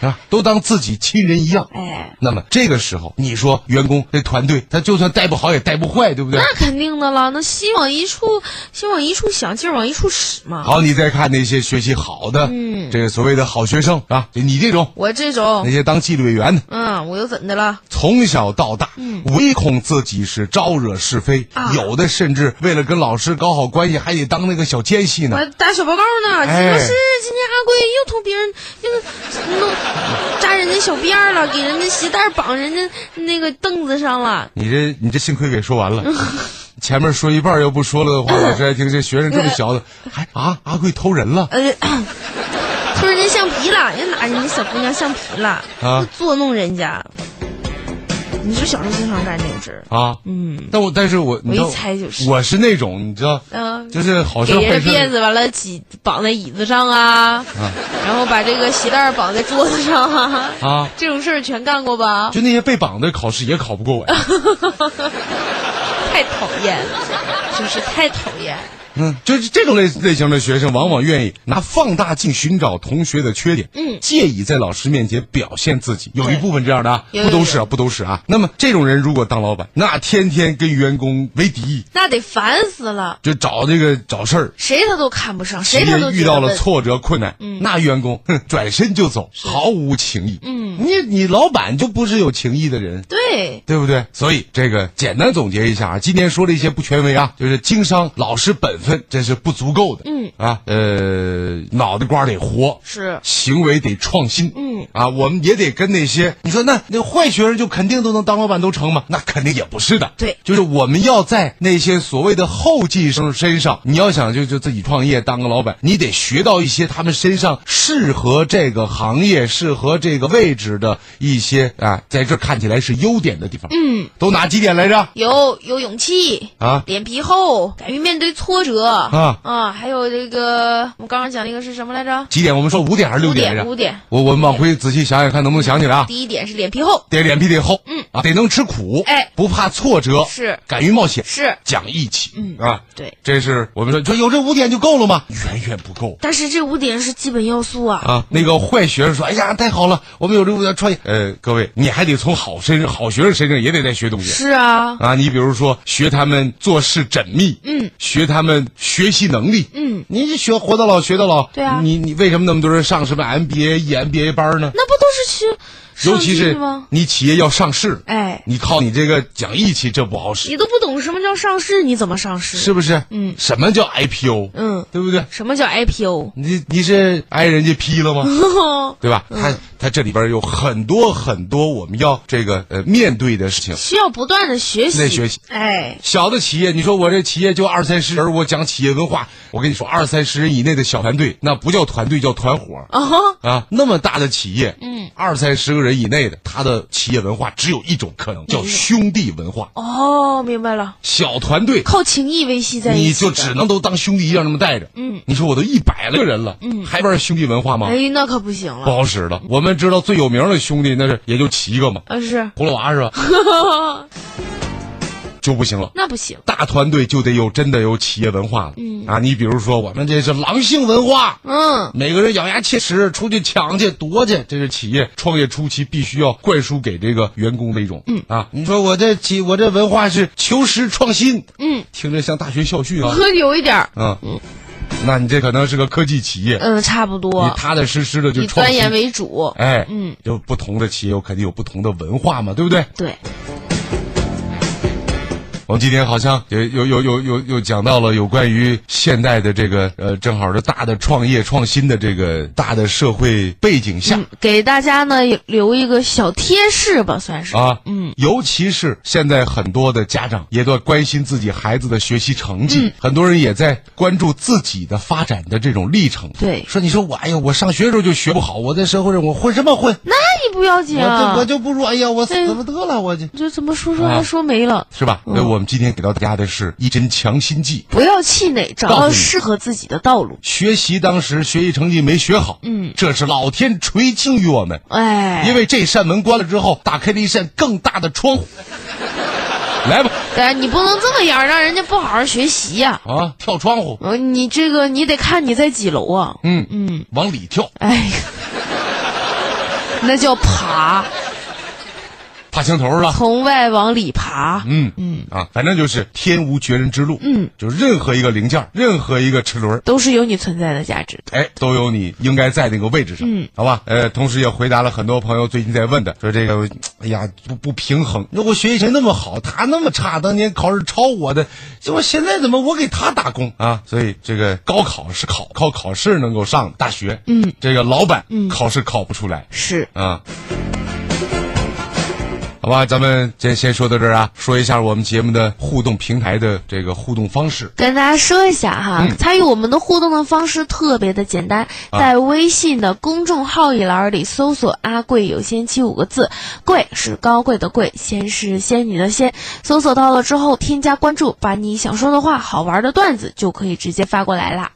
A: 啊，都当自己亲人一样。
C: 哎，
A: 那么这个时候，你说员工这团队，他就算带不好也带不坏，对不对？
C: 那肯定的了，那心往一处，心往一处想，劲儿往一处使嘛。
A: 好，你再看那些学习好的，嗯，这个所谓的好学生啊，就你这种
C: 我这
A: 那
C: 种，
A: 些当纪律委员的，
C: 嗯，我又怎的了？
A: 从小到大，唯恐自己是招惹是非，
C: 嗯啊
A: 有的甚至为了跟老师搞好关系，还得当那个小奸细
C: 我
A: 呢。
C: 还打小报告呢，
A: 哎
C: 老师今天阿贵又偷别人，又弄扎人家小辫儿了，给人家鞋带绑人家那个凳子上了。
A: 你这你这幸亏给说完了，前面说一半儿要不说了的话，老师还听这学生这么小的，还啊阿贵偷人了，
C: 呃，偷人家橡皮了，哎人家拿人家小姑娘橡皮了，
A: 啊
C: 就捉弄人家。你说小时候经常干这种事儿，
A: 啊，嗯，但我但是我你知道
C: 我一猜就是
A: 我是那种你知道，
C: 嗯
A: 就是好事
C: 给
A: 坏
C: 人家辫
A: 事，
C: 子完了挤绑在椅子上啊，然后把这个鞋带儿绑在桌子上啊，
A: 啊
C: 这种事儿全干过吧？
A: 就那些被绑的考试也考不过我呀，
C: *laughs* 太讨厌了，真是太讨厌。
A: 嗯，就是这种类类型的学生，往往愿意拿放大镜寻找同学的缺点，嗯，借以在老师面前表现自己。有一部分这样的啊，
C: 有
A: 不都
C: 有
A: 是啊，不都是啊。那么这种人如果当老板，那天天跟员工为敌，
C: 那得烦死了，
A: 就找这个找事儿。
C: 谁他都看不上，谁
A: 谁
C: 他都
A: 遇
C: 觉
A: 到
C: 得嗯
A: 了
C: 问
A: 挫折困难，那员工哼转身就走，毫无情义。嗯，你你老板就不是有情义的人，
C: 对，
A: 对不对？所以这个简单总结一下啊，今天说了一些不权威啊，就是经商老实本分这是不足够的，嗯啊，呃，脑袋瓜得活，
C: 是
A: 行为得创新，嗯啊，我们也得跟那些你说那那坏学生就肯定都能当老板都成吗？那肯定也不是的，
C: 对
A: 就是我们要在那些所谓的后继生身上，你要想就就自己创业当个老板，你得学到一些他们身上适合这个行业、适合这个位置的一些啊，在这看起来是优点的地方，嗯，都哪几点来着？
C: 有有勇气
A: 啊
C: 脸皮厚，敢于面对挫折
A: 啊
C: 还有这个我刚刚讲那个是什么来着？
A: 几点？我们说五点还是六
C: 五
A: 点来
C: 点
A: 着？
C: 五点，
A: 我我们往回仔细想想看能不能想起来啊。
C: 第一点是脸皮厚，
A: 得脸皮得厚，嗯，啊，得能吃苦，
C: 哎
A: 不怕挫折，
C: 是
A: 敢于冒险，
C: 是
A: 讲义气，嗯啊，
C: 对。
A: 这是我们说，说有这五点就够了吗？远远不够。
C: 但是这五点是基本要素啊。
A: 啊，那个坏学生说：“哎呀，太好了，我们有这五点创业。”呃，各位，你还得从好身上、好学生身上也得再学东西。
C: 是啊，
A: 啊，你比如说学他们做事缜密，嗯，学他们学习能力，嗯，你学活到老学到老，
C: 对啊
A: 你你为什么那么多人上什么 MBA、EMBA 班呢？
C: 那不都是去上
A: 尤其
C: 进
A: 是
C: 吗？
A: 你企业要上市，
C: 哎，
A: 你靠你这个讲义气，这不好使，
C: 你都不懂什么叫上市，你怎么上市？
A: 是不是？嗯，什么叫 IPO？
C: 嗯，
A: 对不对？
C: 什么叫 IPO？
A: 你你是挨人家批了吗？
C: 嗯
A: 对吧？他他这里边有很多很多我们要这个呃面对的事情。
C: *laughs* 需要不断的学习。
A: 得学习
C: 哎，
A: 小的企业，你说我这企业就二三十人，我讲企业文化，我跟你说，二三十人以内的小团队，那不叫团队，叫团伙
C: 啊哈，
A: 啊。那么大的企业，嗯，二三十个人以内的，他的企业文化只有一种可能，
C: 嗯
A: 叫兄弟文化。
C: 哦，明白了，
A: 小团队
C: 靠情谊维系在一
A: 你
C: 起
A: 就
C: 的。
A: 只能都当兄弟一样那么带着。嗯，你说我都一百个人了，嗯，还玩兄弟文化吗？
C: 哎，那可不行
A: 不
C: 了。
A: 好使了。我们知道最有名的兄弟，那是也就七个嘛，
C: 啊，是， *laughs*
A: 葫芦娃是吧？就不行了。
C: 那不行。
A: 大团队就得有真的有企业文化了，嗯啊，你比如说我们这是狼性文化，
C: 嗯，
A: 每个人咬牙切齿出去抢去夺去，这是企业创业初期必须要灌输给这个员工的一种，嗯啊，你说我这企我这文化是求实创新，
C: 嗯，
A: 听着像大学校训啊，
C: 喝有一点儿，
A: 啊，那你这可能是个科技企业，
C: 嗯，差不
A: 你
C: 多。
A: 踏踏实实的就
C: 以
A: 创
C: 钻研
A: 新，
C: 为主。
A: 哎，
C: 嗯，
A: 有不同的企业有肯定有不同的文化嘛，对不对？
C: 对，
A: 我们今天好像也有有有有有讲到了有关于现代的这个呃，正好是大的创业创新的这个大的社会背景下、
C: 嗯，给大家呢留一个小贴士吧，算是。
A: 啊，嗯，尤其是现在很多的家长也都关心自己孩子的学习成绩，很多人也在关注自己的发展的这种历程。
C: 对
A: 说你说我哎呀，我上学的时候就学不好，我在社会上我混什么混？
C: 那你不要紧
A: 我
C: 啊
A: 就，我就不如哎呀，我死
C: 哎
A: 了得了，我就。嗯
C: 就怎么说说
A: 啊
C: 还说没了。
A: 是吧？所以我们今天给到大家的是一针强心剂，
C: 不要气馁，找
A: 告诉
C: 到
A: 你
C: 适合自己的道路。
A: 学习当时学习成绩没学好，嗯，这是老天垂青于我们，
C: 哎，
A: 因为这扇门关了之后，打开了一扇更大的窗户。来吧，
C: 哎，你不能这么样，让人家不好好学习呀、
A: 啊，跳窗户，
C: 呃，你这个你得看你在几楼啊。
A: 嗯嗯，往里跳，
C: 哎 *laughs* 呀，那叫爬，
A: 爬墙头了。
C: 从外往里爬。
A: 啊嗯嗯啊，反正就是天无绝人之路。嗯，就是任何一个零件，任何一个齿轮，
C: 都是有你存在的价值的。
A: 哎，都有你应该在那个位置上，嗯，好吧？呃，同时也回答了很多朋友最近在问的，说这个，哎呀，不不平衡。如果学习成绩那么好，他那么差，当年考试超我的，结果现在怎么我给他打工啊？所以这个高考是考，靠考试能够上大学，嗯，这个老板，嗯，考试考不出来
C: 是，
A: 啊。好吧，咱们先先说到这儿啊，说一下我们节目的互动平台的这个互动方式。
C: 跟大家说一下哈，
A: 嗯
C: 参与我们的互动的方式特别的简单，
A: 啊
C: 在微信的公众号一栏里搜索“阿贵有仙妻”五个字，贵是高贵的贵，仙是仙女的仙。搜索到了之后，添加关注，把你想说的话、好玩的段子就可以直接发过来啦。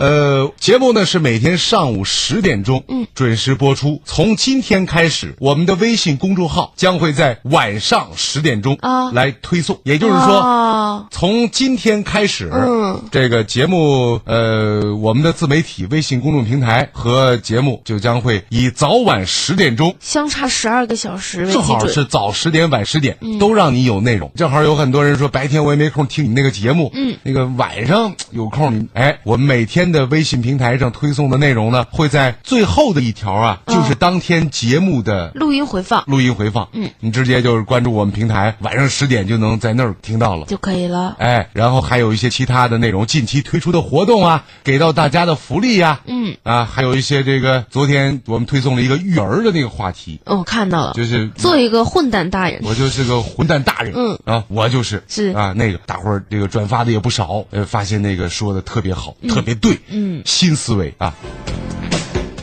A: 呃，节目呢是每天上午十点钟，嗯，准时播出。从今天开始，我们的微信公众号将会在晚上十点钟
C: 啊
A: 来推送，也就是说。
C: 哦
A: 从今天开始，
C: 嗯，
A: 这个节目，呃，我们的自媒体微信公众平台和节目就将会以早晚十点钟
C: 相差十二个小时为
A: 正
C: 基
A: 好
C: 准。
A: 是早十点晚十点，都让你有内容。正好有很多人说白天我也没空听你那个节目，嗯，那个晚上有空你，哎，我们每天的微信平台上推送的内容呢，会在最后的一条啊，就是当天节目的。
C: 录音回放
A: 录音回放，嗯，你直接就是关注我们平台，晚上十点就能在那儿听到了。
C: 就可以了。
A: 哎，然后还有一些其他的内容，近期推出的活动啊，给到大家的福利呀、嗯，啊，还有一些这个昨天我们推送了一个育儿的那个话题，
C: 哦我、看到了，
A: 就是
C: 做一个混蛋大
A: *laughs*
C: 人。
A: 我就是个混蛋大人，
C: 嗯
A: 啊，我就是
C: 是
A: 啊，那个大伙儿这个转发的也不少，呃，发现那个说的特别好，特别对，嗯，新思维啊。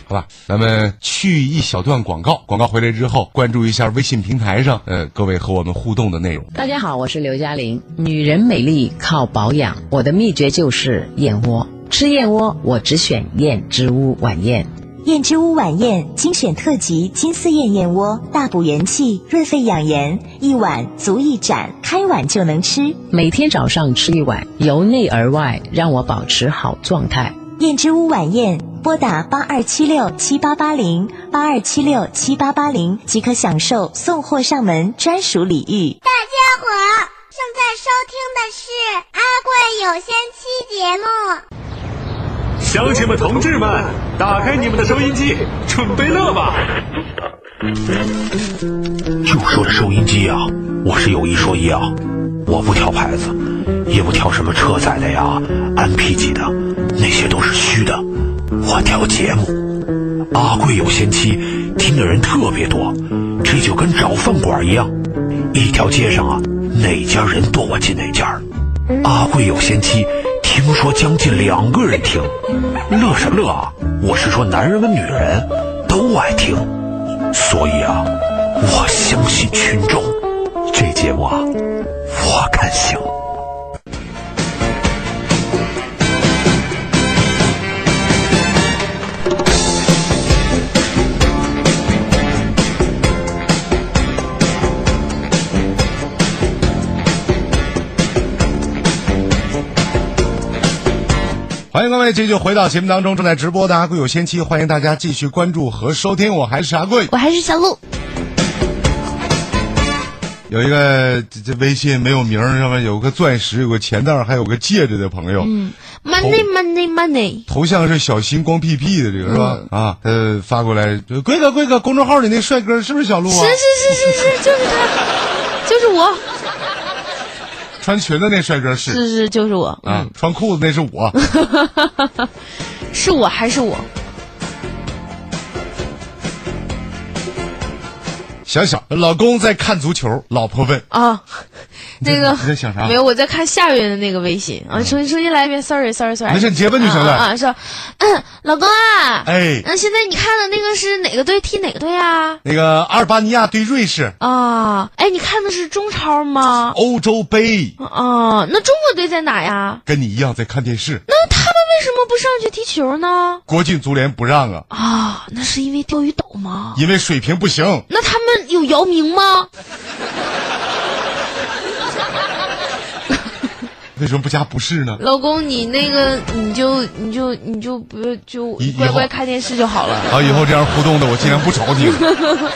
A: 好吧，咱们去一小段广告，广告回来之后，关注一下微信平台上，呃，各位和我们互动的内容。
D: 大家好，我是刘嘉玲。女人美丽靠保养，我的秘诀就是燕窝。吃燕窝，我只选燕之屋晚宴。
E: 燕之屋晚宴精选特辑金丝燕燕窝，大补元气，润肺养颜，一碗足一盏，开碗就能吃。
D: 每天早上吃一碗，由内而外让我保持好状态。
E: 燕之屋晚宴，拨打八二七六七八八零八二七六七八八零即可享受送货上门专属礼遇。
F: 大家好，正在收听的是阿贵有仙妻节
G: 乡
F: 目。
G: 亲们、同志们，打开你们的收音机，准备乐吧！
H: 就说这收音机啊，我是有一说一啊，我不挑牌子，也不挑什么车载的呀、MP 级的，那些都是虚的，我挑节目。阿贵有仙妻，听的人特别多，这就跟找饭馆一样，一条街上啊，哪家人多我进哪家儿。阿贵有仙妻，听说将近两个人听，乐什么乐啊？我是说男人跟女人都爱听，所以啊，我相信群众，这节目啊，我看行。
A: 欢迎各位继续回到节目当中，正在直播的阿贵有仙妻，欢迎大家继续关注和收听，我还是阿贵。
B: 我还是小鹿，
A: 有一个这这微信没有名儿，上面有个钻石，有个钱袋儿，还有个戒指的朋友，
C: money money money，
A: 头像是小新光屁屁的这个是
C: 嗯
A: 吧？啊，呃，发过来，就贵哥贵哥，公众号里那帅哥是不是小鹿啊？
C: 是是是是是，就是他，就是我，
A: 穿裙子那帅哥是
C: 是嗯是就是我，
A: 啊，穿裤子那是我。
C: *laughs* 是我还是我？
A: 想想，老公在看足球，老婆问
C: 啊，那个
A: 你在想啥
C: 没有，我在看下月的那个微信啊。重新重新来一遍，sorry sorry sorry。
A: 没事你直接问就行了
C: 啊啊，啊是，嗯，老公啊，
A: 哎
C: 那现在你看的那个是哪个队踢哪个队啊？
A: 那个阿尔巴尼亚对瑞士，
C: 啊，哎，你看的是中超吗？
A: 欧洲杯，
C: 啊，那中国队在哪呀？
A: 跟你一样在看电视，
C: 那他们为什么不上去踢球呢？
A: 国际足联不让啊，
C: 啊，那是因为钓鱼岛吗？
A: 因为水平不行。
C: 那他们有姚明吗？
A: 为什么不加不是呢？
C: 老公，你那个你就你就你就不就
A: 以以后
C: 乖乖看电视就好了。
A: 啊，以后这样互动的我尽量不找
C: *laughs*
A: 你了，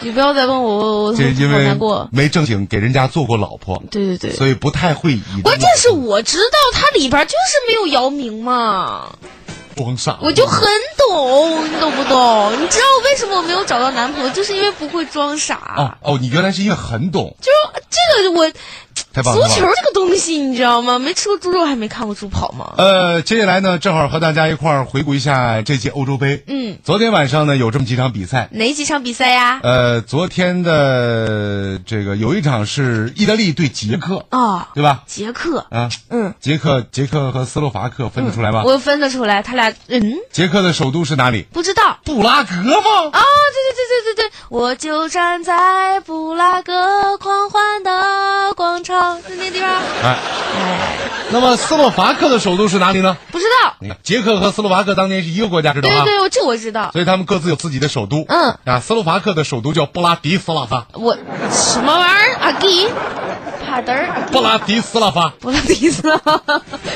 C: 你不要再问我，我我
A: 这因
C: 好
A: 为
C: 难过。
A: 没正经给人家做过老婆，
C: 对对对，
A: 所以不太会以
C: 关键是我知道它里边就是没有姚明嘛，
A: 装傻，
C: 我就很懂，你懂不懂？你知道为什么我没有找到男朋友，就是因为不会装傻。
A: 哦哦，你原来是因为很懂，
C: 就是这个我
A: 太棒了，
C: 足
A: 太
C: 球
A: 棒了
C: 这个东西，你知道吗？没吃过猪肉还没看过猪跑吗？
A: 呃，接下来呢，正好和大家一块儿回顾一下这届欧洲杯。
C: 嗯，
A: 昨天晚上呢有这么几场比赛，
C: 哪几场比赛呀？
A: 呃，昨天的这个有一场是意大利对捷克，
C: 哦，
A: 对吧？
C: 捷克，
A: 啊，
C: 嗯，
A: 捷克、捷克和斯洛伐克分得出来吗？
C: 我分得出来，他俩嗯
A: 捷克的首都是哪里？
C: 不知道。
A: 布拉格吗？
C: 哦，对对对对对对，我就站在布拉格狂欢的广场，就那地方，
A: 哎，
C: 哎
A: 那么斯洛伐克的首都是哪里呢？
C: 不知道。
A: 你看，捷克和斯洛伐克当年是一个国家，知道
C: 对
A: 吗？
C: 对对，我这我知道。
A: 所以他们各自有自己的首都。
C: 嗯，
A: 啊，斯洛伐克的首都叫布拉迪斯拉发，
C: 我什么玩意儿？阿弟，帕德儿，
A: 布拉迪斯拉发。
C: 布拉迪斯， *laughs*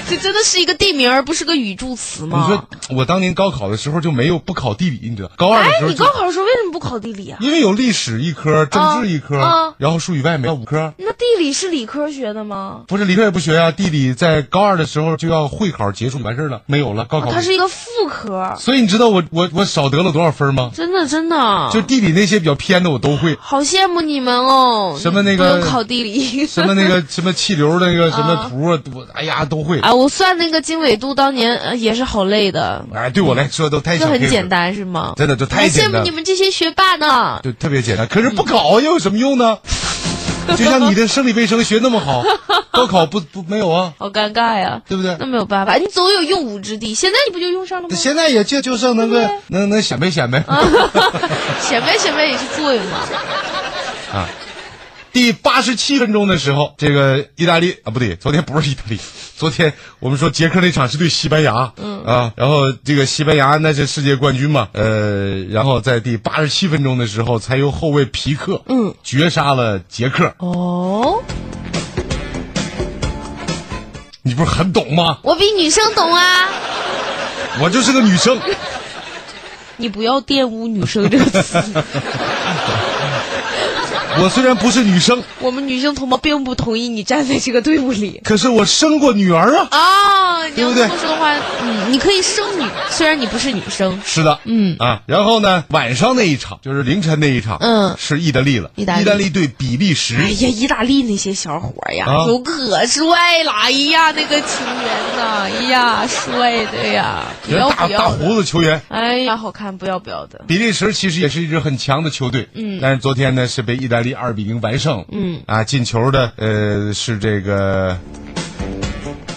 C: 这真的是一个地名，而不是个语助词
A: 你
C: 吗？
A: 说我当年高考的时候就没有不考地理，你知道？高二的
C: 哎
A: 时，候
C: 你
A: 就
C: 高考的时候为什么不考地理啊？
A: 因为有历史一科、政治一科，
C: 啊
A: 然后数语外没有五科。
C: 那地理是理科学的吗？
A: 不是理科也不学啊，地理在高二的时候就要会考结束完事儿了，没有了高考。
C: 它哦是一个副科，
A: 所以你知道我我我少得了多少分吗？
C: 真的真的，
A: 就地理那些比较偏的我都会，
C: 好羡慕你们哦。
A: 什么那
C: 不
A: 个
C: 用考地理
A: 什么那
C: *laughs*
A: 个什么气流那个什么图啊，我哎呀都会。
C: 啊？我算那个经纬度当年呃也是好累的，
A: 哎，对我来说都太
C: 这
A: 小 case
C: 很
A: 了
C: 简，单是吗？
A: 真的就
C: 好
A: 太
C: 羡
A: 简
C: 慕
A: 单
C: 你，们这些学霸呢。
A: 就特别简单。可是不考啊又有什么用呢？就像你的生理卫生学那么好，高考不不没有啊，
C: 好尴尬呀，
A: 对不对
C: 那？没有办法，你总有用武之地。现在你不就用
A: *laughs*
C: 上了吗？
A: 现在也就就剩那个能能啊显摆显摆。
C: 显摆显摆也是作用嘛。
A: 第八十七分钟的时候，这个意大利啊，不对，昨天不是意大利，昨天我们说捷克那场是对西班牙，嗯啊，然后这个西班牙那是世界冠军嘛，呃，然后在第八十七分钟的时候，才由后卫皮克，嗯，绝杀了捷克。
C: 哦，
A: 你不是很懂吗？
C: 我比女生懂啊！
A: 我就是个女生。
C: 你不要玷污“女生”这个 *laughs* 词，
A: 我虽然不是女生，
C: 我们女生同胞并不同意你站在这个队伍里。
A: 可是我生过女儿啊。
C: 哦，你
A: 对
C: 要
A: 不对
C: 这么说的话，嗯，你可以生女，虽然你不是女生。
A: 是的，嗯啊，然后呢，晚上那一场就是凌晨那一场，
C: 嗯
A: 是意大利了，
C: 意大利
A: 对比利时，
C: 哎呀，意大利那些小伙儿呀，
A: 啊
C: 有可帅了！哎呀，那个球员呐，哎呀，帅的呀，不
A: 人
C: 要
A: 大大
C: 不要
A: 胡
C: 的！
A: 子球员。
C: 哎呀，好看，不要不要的。
A: 比利时其实也是一支很强的球队，嗯，但是昨天呢是被意大利二比零完胜，嗯，啊，进球的呃是这个，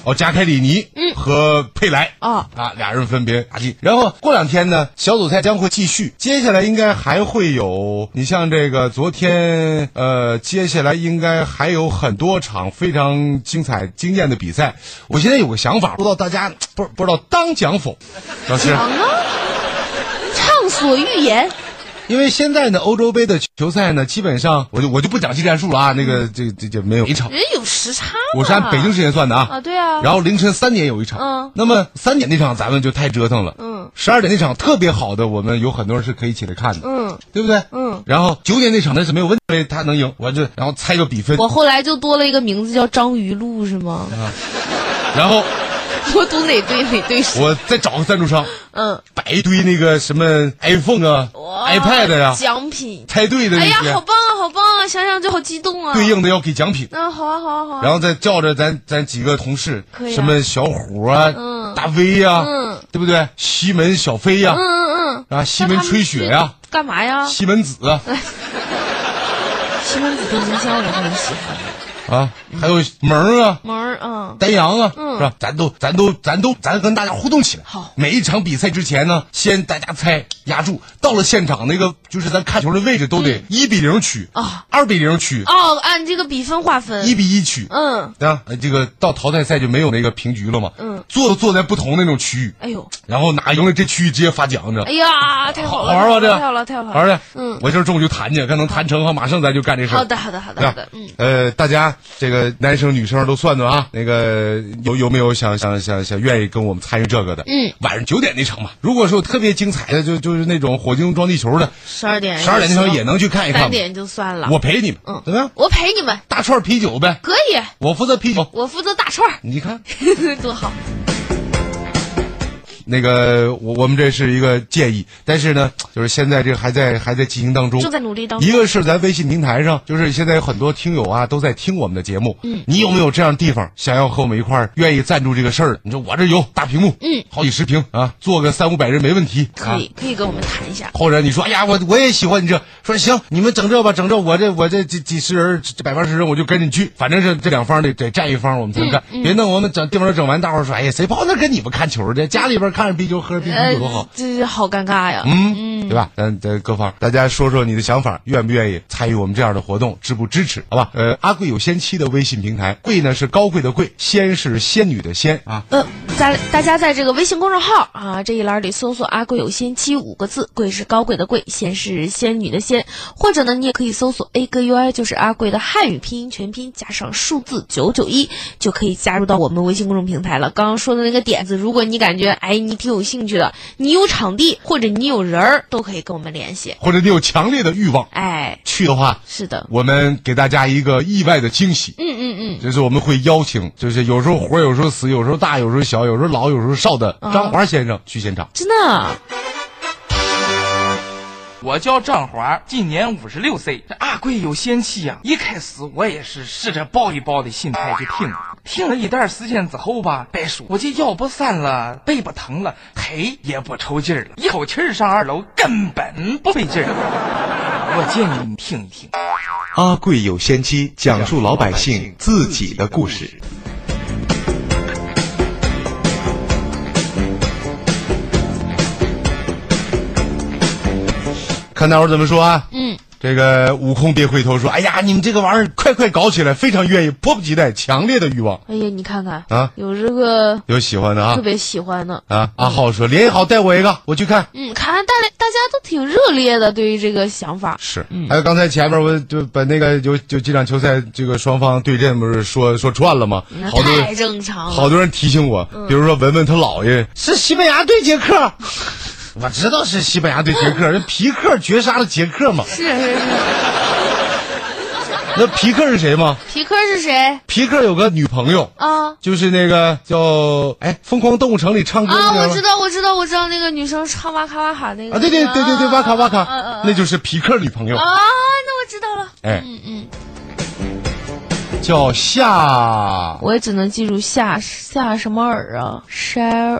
A: 哦加凯里尼，嗯，和佩莱，
C: 啊
A: 啊，俩人分别打进，然后过两天呢小组赛将会继续，接下来应该还会有，你像这个昨天呃，接下来应该还有很多场非常精彩惊艳的比赛，我现在有个想法，不知道大家不不知道当讲否，老 *laughs* 师。
C: 啊，畅所欲言。
A: 因为现在呢，欧洲杯的球赛呢，基本上我就我就不讲技战术了
C: 嗯
A: 啊，那个这这这没有一场，
C: 人有时差嘛
A: 我是按北京时间算的啊。
C: 嗯啊对啊
A: 然后凌晨三点有一场，
C: 嗯
A: 那么三点那场咱们就太折腾了，
C: 嗯。
A: 十二点那场特别好的，我们有很多人是可以起来看的，
C: 嗯，
A: 对不对？
C: 嗯。
A: 然后九点那场那是没有问题，他能赢，我这然后猜个比分，
C: 我后来就多了一个名字叫章鱼路，是吗？
A: 啊然后
C: 我赌哪队哪队是？
A: 我再找个赞助商，
C: 嗯
A: 摆一堆那个什么 iPhone 啊、
C: 哇
A: iPad 呀、
C: 奖品。
A: 猜对的
C: 哎
A: 那
C: 呀，
A: 些、
C: 好棒啊，好棒啊！想想就好激动啊。
A: 对应的要给奖品。
C: 嗯，好啊，好啊，好啊。
A: 然后再叫着咱咱几个同事，
C: 可以啊
A: 什么小虎啊，
C: 嗯
A: 大威呀、
C: 嗯
A: 对不对？西门小飞呀、
C: 嗯嗯嗯。
A: 啊，西门吹雪呀、
C: 干嘛呀？
A: 西门子啊
C: 哎西门子电金香我很喜欢。
A: 啊，还有门儿啊。
C: 门儿，嗯，
A: 丹阳啊，
C: 嗯
A: 是吧？咱都咱都咱都咱跟大家互动起来。
C: 好
A: 每一场比赛之前呢，先大家猜压住，到了现场那个就是咱看球的位置都得一比零取
C: 嗯啊，
A: 二比零取，
C: 哦，按这个比分划分。
A: 一比一取。
C: 嗯，
A: 啊，这个到淘汰赛就没有那个平局了嘛。
C: 嗯，
A: 坐坐在不同那种区域，
C: 哎呦，
A: 然后哪赢了这区域直接发奖，你知道
C: 哎？呀，太好了，
A: 好玩啊吧？这
C: 太好了，太好了，
A: 玩的。
C: 嗯
A: 我今儿中午就谈去，看能谈成哈，马上咱就干这事儿。
C: 好的，好的，好的，
A: 对吧。
C: 好的，嗯，
A: 呃，大家这个男生女生都算算啊，那个有有没有想想想想愿意跟我们参与这个的？
C: 嗯，
A: 晚上九点那场嘛，如果是有特别精彩的，就就是那种火星撞地球的，
C: 十二点，
A: 十二点那场也能去看一看
C: 哎三
A: 嘛。
C: 点就算了，
A: 我陪你们，
C: 嗯
A: 怎么样？
C: 我陪你们，
A: 大串啤酒呗，
C: 可以，
A: 我负责啤酒，
C: 我负责大串儿， *laughs*
A: 你看。
C: 多好，
A: 那个，我我们这是一个建议，但是呢，就是现在这个还在还在进行当中，
C: 正在努力当中
A: 一个是咱微信平台上，就是现在有很多听友啊都在听我们的节目，嗯，你有没有这样的地方想要和我们一块儿愿意赞助这个事儿？你说我这有大屏幕，嗯，好几十平啊，坐个三五百人没问题，
C: 可以
A: 啊。，
C: 可以跟我们谈一下，
A: 或者你说，哎呀，我我也喜欢你这，说行，你们整这吧，整这，我这我这几几十人，这百八十人，我就跟着去，反正是这两方得得占一方，我们才能干，别弄我们整地方都整完，大伙儿说，哎呀，谁跑那跟你们看球去？家里边看着啤酒，喝着啤嗯酒多好。
C: 呃这好尴尬呀，
A: 嗯，对吧？咱咱各方，大家说说你的想法，愿不愿意参与我们这样的活动，支不支持？好吧？呃，阿贵有仙妻的微信平台，贵呢是高贵的贵，仙是仙女的仙啊。
C: 呃，在大家在这个微信公众号啊这一栏里搜索“阿贵有仙妻”五个字，贵是高贵的贵，仙是仙女的仙，或者呢，你也可以搜索 A 哥 U I，就是阿贵的汉语拼音全拼加上数字九九一，就可以加入到我们微信公众平台了。刚刚说的那个点子，如果你感觉哎你挺有兴趣的，你有场地或者你有人儿，都可以跟我们联系。
A: 或者你有强烈的欲望
C: 哎，
A: 去的话，
C: 是的，
A: 我们给大家一个意外的惊喜。
C: 嗯嗯嗯，
A: 就是我们会邀请，就是有时候活儿，有时候死，有时候大，有时候小，有时候老，有时候少的张华先生去现场。
C: 真的，啊
I: 我叫张华，今年五十六岁。这阿贵有仙气呀、一开始我也是试着抱一抱的心态去听了，听了一段时间之后吧，别说我这腰不散了，背不疼了，腿也不抽筋儿了，一口气儿上二楼根本不费劲儿。我建议你听一听。
J: 阿贵有仙妻，讲述老百姓自己的故事。
A: 看大伙儿怎么说啊？嗯，这个悟空别回头说：“哎呀，你们这个玩意儿快快搞起来，非常愿意，迫不及待，强烈的欲望
C: 哎呀，你看看
A: 啊
C: 有这个
A: 有喜欢的啊
C: 特别喜欢的。
A: 啊！”阿浩说：“联系好带我一个，我去看。”
C: 嗯，看来大大家都挺热烈的，对于这个想法。
A: 是，
C: 嗯
A: 还有刚才前面我就把那个有有几场球赛这个双方对阵不是说说串了吗？
C: 那
A: 好多
C: 太
A: 人
C: 正常了。嗯
A: 好多人提醒我，比如说文文他姥爷是西班牙对捷克， *laughs* 我知道是西班牙对捷克，人皮克绝杀了捷克嘛，
C: 是是是，
A: *laughs* 那皮克是谁吗？
C: 皮克是谁
A: 皮克有个女朋友，
C: 啊？
A: 就是那个叫哎《疯狂动物城》里唱歌
C: 啊，
A: 那
C: 我
A: 个
C: 知。道，我知道，我知道那个女生唱哇卡哇哈那个
A: 啊，对对对对对，哇卡哇卡
C: 啊啊啊，
A: 那就是皮克女朋友，
C: 啊，那我知道了。
A: 哎，
C: 嗯嗯，
A: 叫夏
C: 我也只能记住夏夏什么尔啊，筛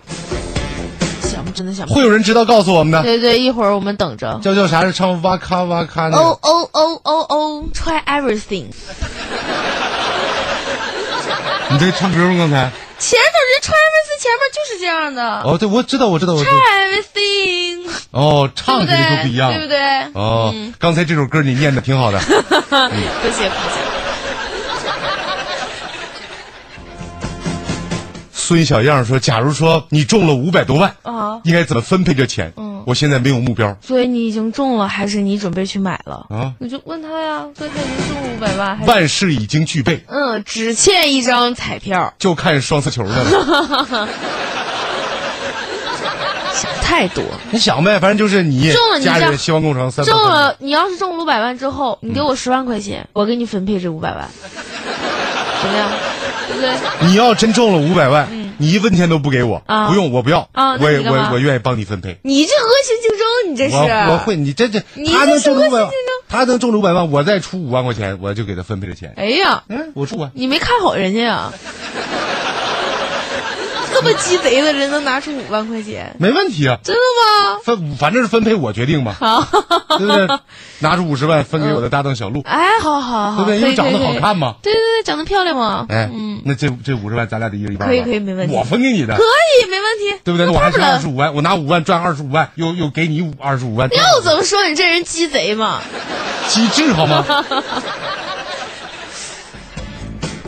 C: 想不真的想不。
A: 会有人知道告诉我们的，
C: 对对，一会儿我们等着。
A: 叫叫啥是唱哇咔哇咔那个
C: 哦哦哦哦哦，try everything。
A: 你在唱歌吗？刚
C: *laughs*
A: 才？
C: 前头人 try everything 前面就是这样的。
A: 哦，对，我知道，我知道，我知道。
C: try everything，
A: 哦，唱
C: 对不
A: 起
C: 对
A: 来就不一样。
C: 对不对？嗯
A: 哦，刚才这首歌你念的挺
C: *laughs*
A: 嗯好的。
C: 不行不行，
A: 孙小样说：“假如说你中了五百多万，
C: 啊
A: 应该怎么分配这钱？
C: 嗯
A: 我现在没有目标。
C: 所以你已经中了，还是你准备去买了？
A: 啊
C: 我就问他呀，所以他已经中五百万，还是
A: 万事已经具备，
C: 嗯，只欠一张彩票，
A: 就看双色球的了。
C: 想太多。
A: 你想呗，反正就是你
C: 中了你
A: 家
C: 这
A: 里的希望工程三百嗯
C: 中
A: 万
C: 了，你要是中了五百万之后，你给我十万块钱，我给你分配这五百
A: *laughs*
C: 万，怎么样？对不对？
A: 你要真中了五百万，你一分钱都不给我，
C: 嗯啊
A: 不用，我不要，
C: 啊
A: 我
C: 那
A: 也
C: 你干嘛
A: 我我愿意帮你分配。
C: 你这恶性竞争，你这是啊
A: 我我会，你这这
C: 你
A: 他
C: 这
A: 能
C: 是
A: 中
C: 恶
A: 五百
C: 性
A: 万，他能中五百万，我再出五万块钱，我就给他分配了钱。
C: 哎呀，
A: 嗯，我出啊。
C: 你没看好人
A: *laughs*
C: 家呀？这么鸡贼的人能拿出五万块钱，
A: 没问题啊，
C: 真的吗？
A: 分反正是分配我决定嘛，
C: 好，
A: 对不
C: *laughs*
A: 对？拿出五十万分给我的搭档小鹿，
C: 哎，好好
A: 对
C: 好，
A: 不对？因
C: 可
A: 为
C: 以
A: 长得
C: 可以
A: 好看嘛。
C: 对对对，长得漂亮嘛，
A: 哎，
C: 嗯，
A: 那这这五十万咱俩得一人一半吧。
C: 可以可以没问题
A: 我分给你的
C: 可，以，没问题，
A: 对不对？那
C: 那
A: 我还
C: 大不
A: 是二
C: 了
A: 十。五万，我拿五万赚二十五万，又又给你二十五万，
C: 要怎么说你这人鸡贼嘛？
A: 机智好吗？ *laughs*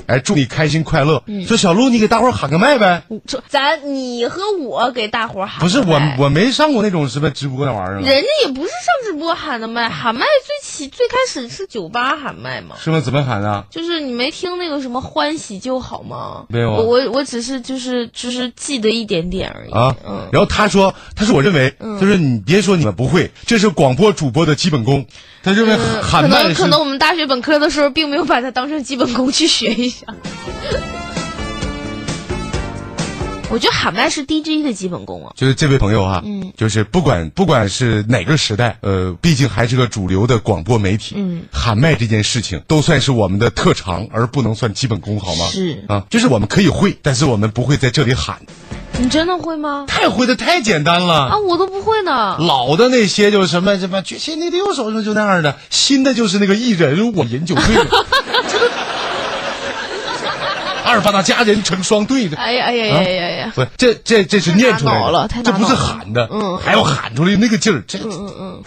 A: 哎，祝你开心快乐。
C: 嗯
A: 说小鹿，你给大伙儿喊个麦呗。
C: 说咱你和我给大伙儿喊
A: 不是
C: 麦
A: 我，我没上过那种什么直播那玩意儿呢，啊
C: 人家也不是上直播喊的麦，喊麦最起最开始是酒吧喊麦嘛。
A: 是吗？怎么喊啊？
C: 就是你没听那个什么欢喜就好吗？
A: 没有啊
C: 我我我只是就是就是记得一点点而已。
A: 啊，
C: 嗯，
A: 然后他说，他说我认为，他说你别说你们不会，这是广播主播的基本功。他认为喊
C: 嗯可
A: 麦
C: 能
A: 是
C: 可能我们大学本科的时候并没有把它当成基本功去学一下。我觉得喊麦是 DJ 的基本功啊。
A: 就是这位朋友哈、嗯，就是不管不管是哪个时代，呃，毕竟还是个主流的广播媒体，嗯，喊麦这件事情都算是我们的特长，而不能算基本功，好吗？
C: 是
A: 啊，就是我们可以会，但是我们不会在这里喊，
C: 你真的会吗？
A: 太会的太简单了。
C: 啊，我都不会呢。
A: 老的那些就是什么什么举起你的右手什么就那样的，新的就是那个一人我饮酒醉，这 *laughs* 个阿尔巴那佳人成双对的，
C: 哎呀哎呀哎呀哎 *laughs* 呀！
A: 不，这这这是念出来
C: 太难
A: 的
C: 了太，
A: 这
C: 难
A: 不是
C: 了
A: 喊的，
C: 嗯
A: 还要喊出来那个劲儿，这嗯嗯嗯，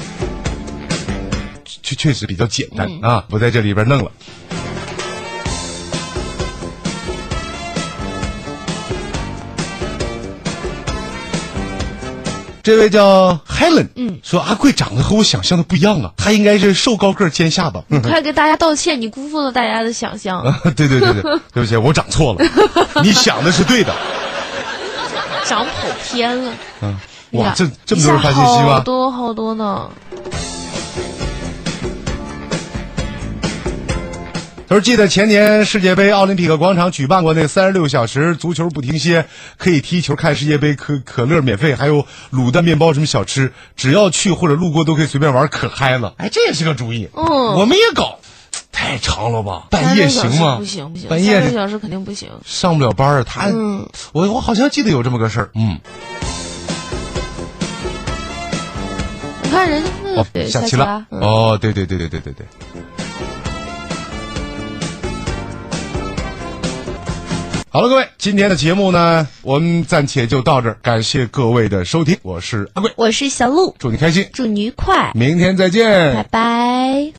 A: 确确实比较简单、
C: 嗯
A: 啊，不在这里边弄了。这位叫 Helen，嗯，说阿贵长得和我想象的不一样啊，他应该是瘦高个儿尖
C: *laughs*
A: 下巴。嗯 *laughs*
C: 快给大家道歉，你辜负了大家的想象。
A: 啊，对对对对，对不起，我讲错
C: *laughs*
A: 了，你想的是对的。
C: 长跑偏了。
A: 嗯，
C: 哎
A: 哇，
C: 呀
A: 这这么多人发信息
C: 一下好
A: 吗？
C: 多好多呢。
A: 他说：“记得前年世界杯奥林匹克广场举办过那三十六小时足球不停歇，可以踢球、看世界杯，可可乐免费，还有卤蛋面包什么小吃，只要去或者路过都可以随便玩，可嗨了。”哎，这也是个主意。
C: 嗯
A: 我们也搞，太长了吧？半夜行吗？
C: 三个小时不行不行，
A: 半
C: 三个
A: 夜
C: 小时肯定不行。
A: 上不了班儿，他，
C: 嗯
A: 我我好像记得有这么个事儿。嗯，
C: 你看人家那
A: 哦
C: 个，对
A: 下
C: 下
A: 期了。
C: 嗯
A: 哦，对对对对对对对。好了，各位，今天的节目呢，我们暂且就到这儿，感谢各位的收听，我是阿贵，
B: 我是小鹿，
A: 祝你开心，
B: 祝你愉快，
A: 明天再见，
B: 拜拜。